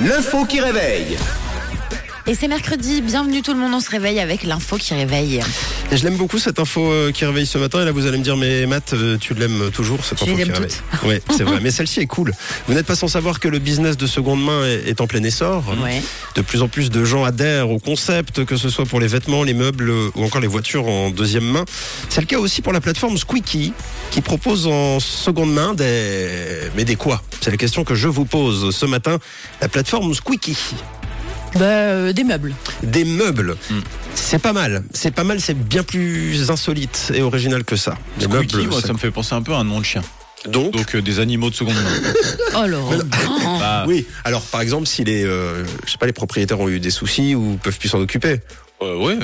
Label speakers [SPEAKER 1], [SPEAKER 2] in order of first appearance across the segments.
[SPEAKER 1] L'info qui réveille.
[SPEAKER 2] Et c'est mercredi, bienvenue tout le monde, on se réveille avec l'info qui réveille.
[SPEAKER 3] Et je l'aime beaucoup cette info euh, qui réveille ce matin. Et là, vous allez me dire, mais Matt, euh, tu l'aimes toujours cette
[SPEAKER 2] Je
[SPEAKER 3] info
[SPEAKER 2] les
[SPEAKER 3] qui
[SPEAKER 2] aime
[SPEAKER 3] réveille. Oui, c'est vrai. Mais celle-ci est cool. Vous n'êtes pas sans savoir que le business de seconde main est, est en plein essor.
[SPEAKER 2] Ouais.
[SPEAKER 3] De plus en plus de gens adhèrent au concept, que ce soit pour les vêtements, les meubles euh, ou encore les voitures en deuxième main. C'est le cas aussi pour la plateforme Squeaky, qui propose en seconde main des. Mais des quoi C'est la question que je vous pose ce matin. La plateforme Squeaky
[SPEAKER 2] Bah, euh, des meubles.
[SPEAKER 3] des meubles.
[SPEAKER 4] Mm.
[SPEAKER 3] C'est pas mal. C'est pas mal, c'est bien plus insolite et original que ça. Des
[SPEAKER 4] Squeaky,
[SPEAKER 3] meubles,
[SPEAKER 4] moi,
[SPEAKER 3] ça-
[SPEAKER 4] ça me fait penser un peu à un nom de chien.
[SPEAKER 3] Donc,
[SPEAKER 4] Donc euh, des animaux de seconde main.
[SPEAKER 2] Oh Laurent. Oh.
[SPEAKER 4] Bah,
[SPEAKER 3] oui. Alors, par exemple, si les, euh, je sais pas, les propriétaires ont eu des soucis ou peuvent plus s'en occuper.
[SPEAKER 4] euh, ouais.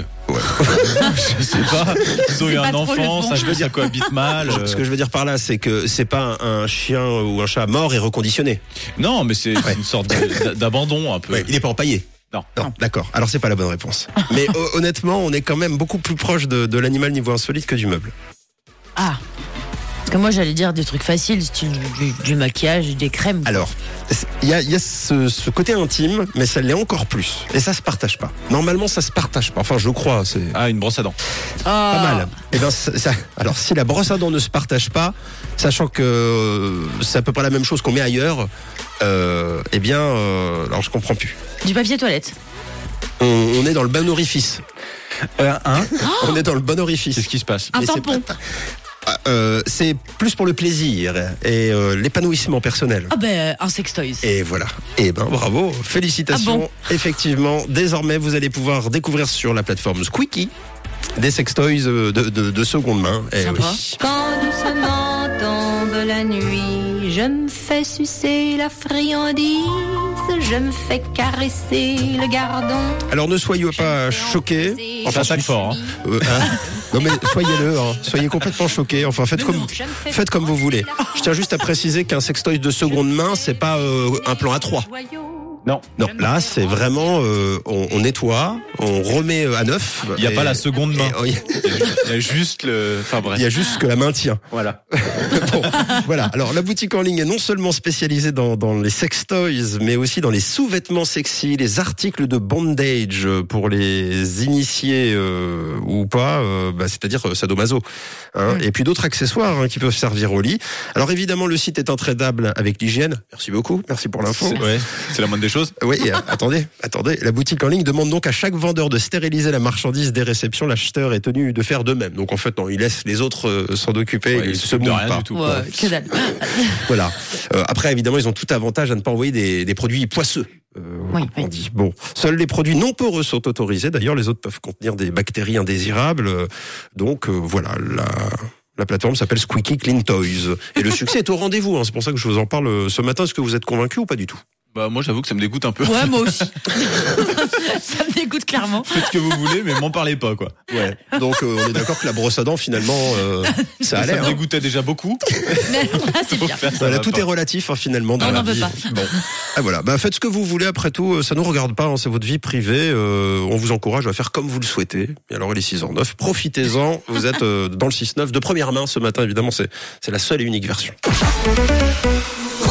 [SPEAKER 4] je sais pas. Ils ont
[SPEAKER 2] C'est
[SPEAKER 4] eu
[SPEAKER 2] pas
[SPEAKER 4] un
[SPEAKER 2] trop le
[SPEAKER 4] enfant,
[SPEAKER 2] fond.
[SPEAKER 4] ça, je veux dire, cohabite mal. euh.
[SPEAKER 3] Ce que je veux dire par là, c'est que c'est pas un, un chien ou un chat mort et reconditionné.
[SPEAKER 4] Non, mais c'est c'est une sorte de- d'abandon un peu.
[SPEAKER 3] Ouais, il est pas empaillé.
[SPEAKER 4] Non.
[SPEAKER 3] Non, d'accord. Alors c'est pas la bonne réponse. Mais ho- honnêtement, on est quand même beaucoup plus proche de, de l'animal niveau insolite que du meuble.
[SPEAKER 2] Ah. Parce que moi j'allais dire des trucs faciles, style du, du maquillage, des crèmes.
[SPEAKER 3] Alors, il y a, il y a ce, ce côté intime, mais ça l'est encore plus. Et ça se partage pas. Normalement, ça se partage pas. Enfin, je crois. C'est
[SPEAKER 4] Ah, une brosse à dents.
[SPEAKER 2] Ah.
[SPEAKER 3] pas mal. Et ben, ça- ça- alors, si la brosse à dents ne se partage pas, sachant que euh, c'est à peu près la même chose qu'on met ailleurs, euh, eh bien, euh, alors je comprends plus.
[SPEAKER 2] Du papier toilette.
[SPEAKER 3] On, on est dans le bon orifice. on est dans le bon orifice.
[SPEAKER 4] Euh, hein Qu'est-ce qui se passe
[SPEAKER 2] Un
[SPEAKER 3] Mais c'est
[SPEAKER 2] tampon.
[SPEAKER 3] Ah, euh, c'est plus pour le plaisir et euh, l'épanouissement personnel.
[SPEAKER 2] Ah ben, un sextoys.
[SPEAKER 3] Et voilà. Eh ben bravo,
[SPEAKER 2] Ah
[SPEAKER 3] félicitations. Effectivement, désormais vous allez pouvoir découvrir sur la plateforme Squeaky des sextoys euh, de, de, de seconde main. Eh
[SPEAKER 2] Sympa.
[SPEAKER 3] oui.
[SPEAKER 5] Quand doucement tombe la nuit, je me fais sucer la friandise, je me fais caresser le gardon.
[SPEAKER 3] Alors ne soyez pas choqués.
[SPEAKER 4] Ça
[SPEAKER 3] Euh, Enfin,
[SPEAKER 4] attaque fort. hein.
[SPEAKER 3] euh, hein. non mais soyez-le, hein. soyez complètement choqués. Enfin faites comme
[SPEAKER 5] non, je me fais
[SPEAKER 3] faites comme vous voulez.
[SPEAKER 5] prendre
[SPEAKER 3] Je tiens juste à préciser qu'un sextoy de seconde main, c'est pas euh, un plan à 3
[SPEAKER 4] Non.
[SPEAKER 3] Non, là c'est vraiment euh, on, on nettoie, on remet euh, à neuf.
[SPEAKER 4] Il n'y a
[SPEAKER 3] Et-
[SPEAKER 4] pas la seconde main.
[SPEAKER 3] et- oh, il y a-
[SPEAKER 4] Il y a juste le. Enfin bref.
[SPEAKER 3] Il y a juste ce que la main tient.
[SPEAKER 4] Voilà.
[SPEAKER 3] Bon, voilà. Alors, la boutique en ligne est non seulement spécialisée dans, dans les sextoys, mais aussi dans les sous-vêtements sexy, les articles de bondage euh, pour les initiés euh, ou pas, euh, bah, c'est-à-dire euh, sadomaso. hein. Et puis d'autres accessoires hein, qui peuvent servir au lit. Alors, évidemment, le site est intradable avec l'hygiène. Merci beaucoup. Merci pour l'info.
[SPEAKER 4] C'est ouais, c'est la moindre des choses.
[SPEAKER 3] Oui, et, euh, attendez, attendez. La boutique en ligne demande donc à chaque vendeur de stériliser la marchandise des réceptions. L'acheteur est tenu de faire de même. Donc en fait, non, il laisse les autres euh, s'en occuper.
[SPEAKER 4] Ouais,
[SPEAKER 3] il
[SPEAKER 4] ils
[SPEAKER 3] se
[SPEAKER 4] s'occupent de
[SPEAKER 3] mouillent
[SPEAKER 4] rien
[SPEAKER 3] pas.
[SPEAKER 4] du tout. quoi.
[SPEAKER 2] Ouais, que dalle.
[SPEAKER 3] Voilà. Euh, après, évidemment, ils ont tout avantage à ne pas envoyer des, des produits poisseux. euh,
[SPEAKER 2] Oui,
[SPEAKER 3] comme on
[SPEAKER 2] oui.
[SPEAKER 3] dit. Bon, seuls les produits non poreux sont autorisés. D'ailleurs, les autres peuvent contenir des bactéries indésirables. Euh, Donc euh, voilà, la, la plateforme s'appelle Squeaky Clean Toys. Et le succès est au rendez-vous. hein. C'est pour ça que je vous en parle euh, ce matin. Est-ce que vous êtes convaincu ou pas du tout
[SPEAKER 4] Bah moi j'avoue que ça me dégoûte un peu.
[SPEAKER 2] Ouais, moi aussi. ça me dégoûte clairement.
[SPEAKER 4] Faites ce que vous voulez, mais m'en parlez pas quoi.
[SPEAKER 3] Ouais. Donc euh, on est d'accord que la brosse à dents, finalement, euh, ça a
[SPEAKER 4] Ça
[SPEAKER 3] l'air.
[SPEAKER 4] me dégoûtait déjà beaucoup.
[SPEAKER 2] Mais alors là, c'est
[SPEAKER 4] Faut
[SPEAKER 2] bien.
[SPEAKER 4] faire ça,
[SPEAKER 3] Voilà,
[SPEAKER 4] va
[SPEAKER 3] tout
[SPEAKER 4] pas.
[SPEAKER 3] est relatif hein, finalement dans
[SPEAKER 2] On
[SPEAKER 3] la
[SPEAKER 2] n'en veut
[SPEAKER 3] vie.
[SPEAKER 2] pas.
[SPEAKER 3] Bon, Ah, voilà. Bah, faites ce que vous voulez. Après tout, euh, ça nous regarde pas. hein, c'est votre vie privée. Euh, on vous encourage à faire comme vous le souhaitez. Et alors, les 6 h 9 profitez-en. Vous êtes euh, dans le 6-9 de première main ce matin. Évidemment, c'est c'est la seule et unique version.